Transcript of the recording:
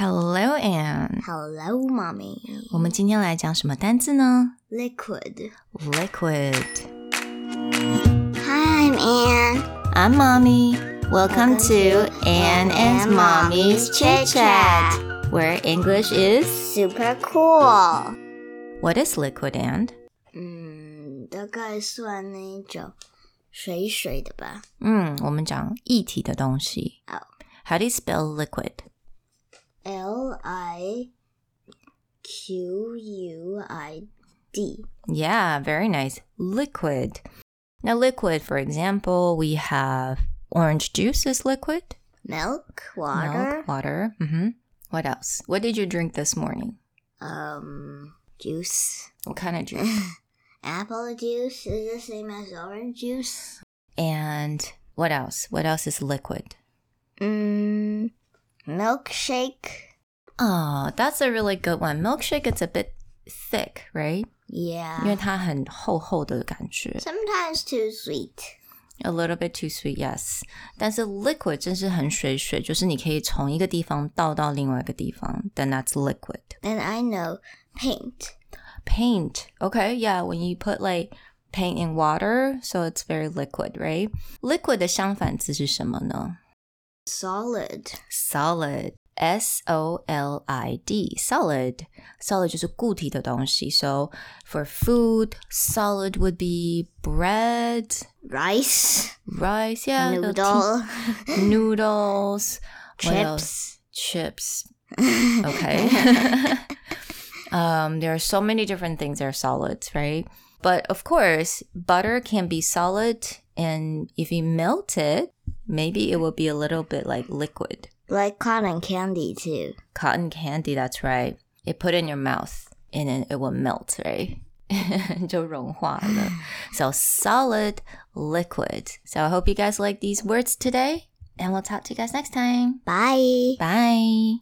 Hello, Anne。 Hello, mommy. 我们今天来讲什么单字呢 Liquid. ？Liquid。 Hi, I'm Anne. I'm mommy. Welcome Welcome to to Anne and Anne and Mommy's Mommy's Chit Chit Chat, Chat. where English is. Super cool. What is liquid, Anne? 嗯，大概算那种水水的吧。嗯，我们讲液体的东西。哦 How do you spell liquid? L I Q U I D. Yeah, very nice. Liquid. Now, liquid, for example, we have orange juice is liquid. Milk, water, Milk, water. hmm What else? What did you drink this morning? um, juice. What kind of juice? Apple juice is the same as orange juice. and what else? What else is liquid? Mm, milkshake. Oh, that's a really good one. Milkshake, it's a bit thick, right? Yeah. 因为它很厚厚的感觉。 Sometimes too sweet. A little bit too sweet, yes. 但是 liquid 真是很水水，就是你可以从一个地方倒到另外一个地方。Then that's liquid. And I know paint. Paint, okay, yeah. When you put like paint in water, so it's very liquid, right? Liquid 的相反词是什么呢 Solid. ？Solid, S O L I D, solid. Solid 就是固体的东西。So for food, solid would be bread, Rice. rice, yeah, the noodle. tea- noodles, what else? chips. chips. Okay. um, there are so many different things that are solids, right? But of course, butter can be solid, and if you melt it, maybe it will be a little bit like liquid. Like cotton candy too. Cotton candy, that's right. It put in your mouth, and then it will melt, right? 就融化了. so solid, liquid. So I hope you guys like these words today, and we'll talk to you guys next time. Bye. Bye.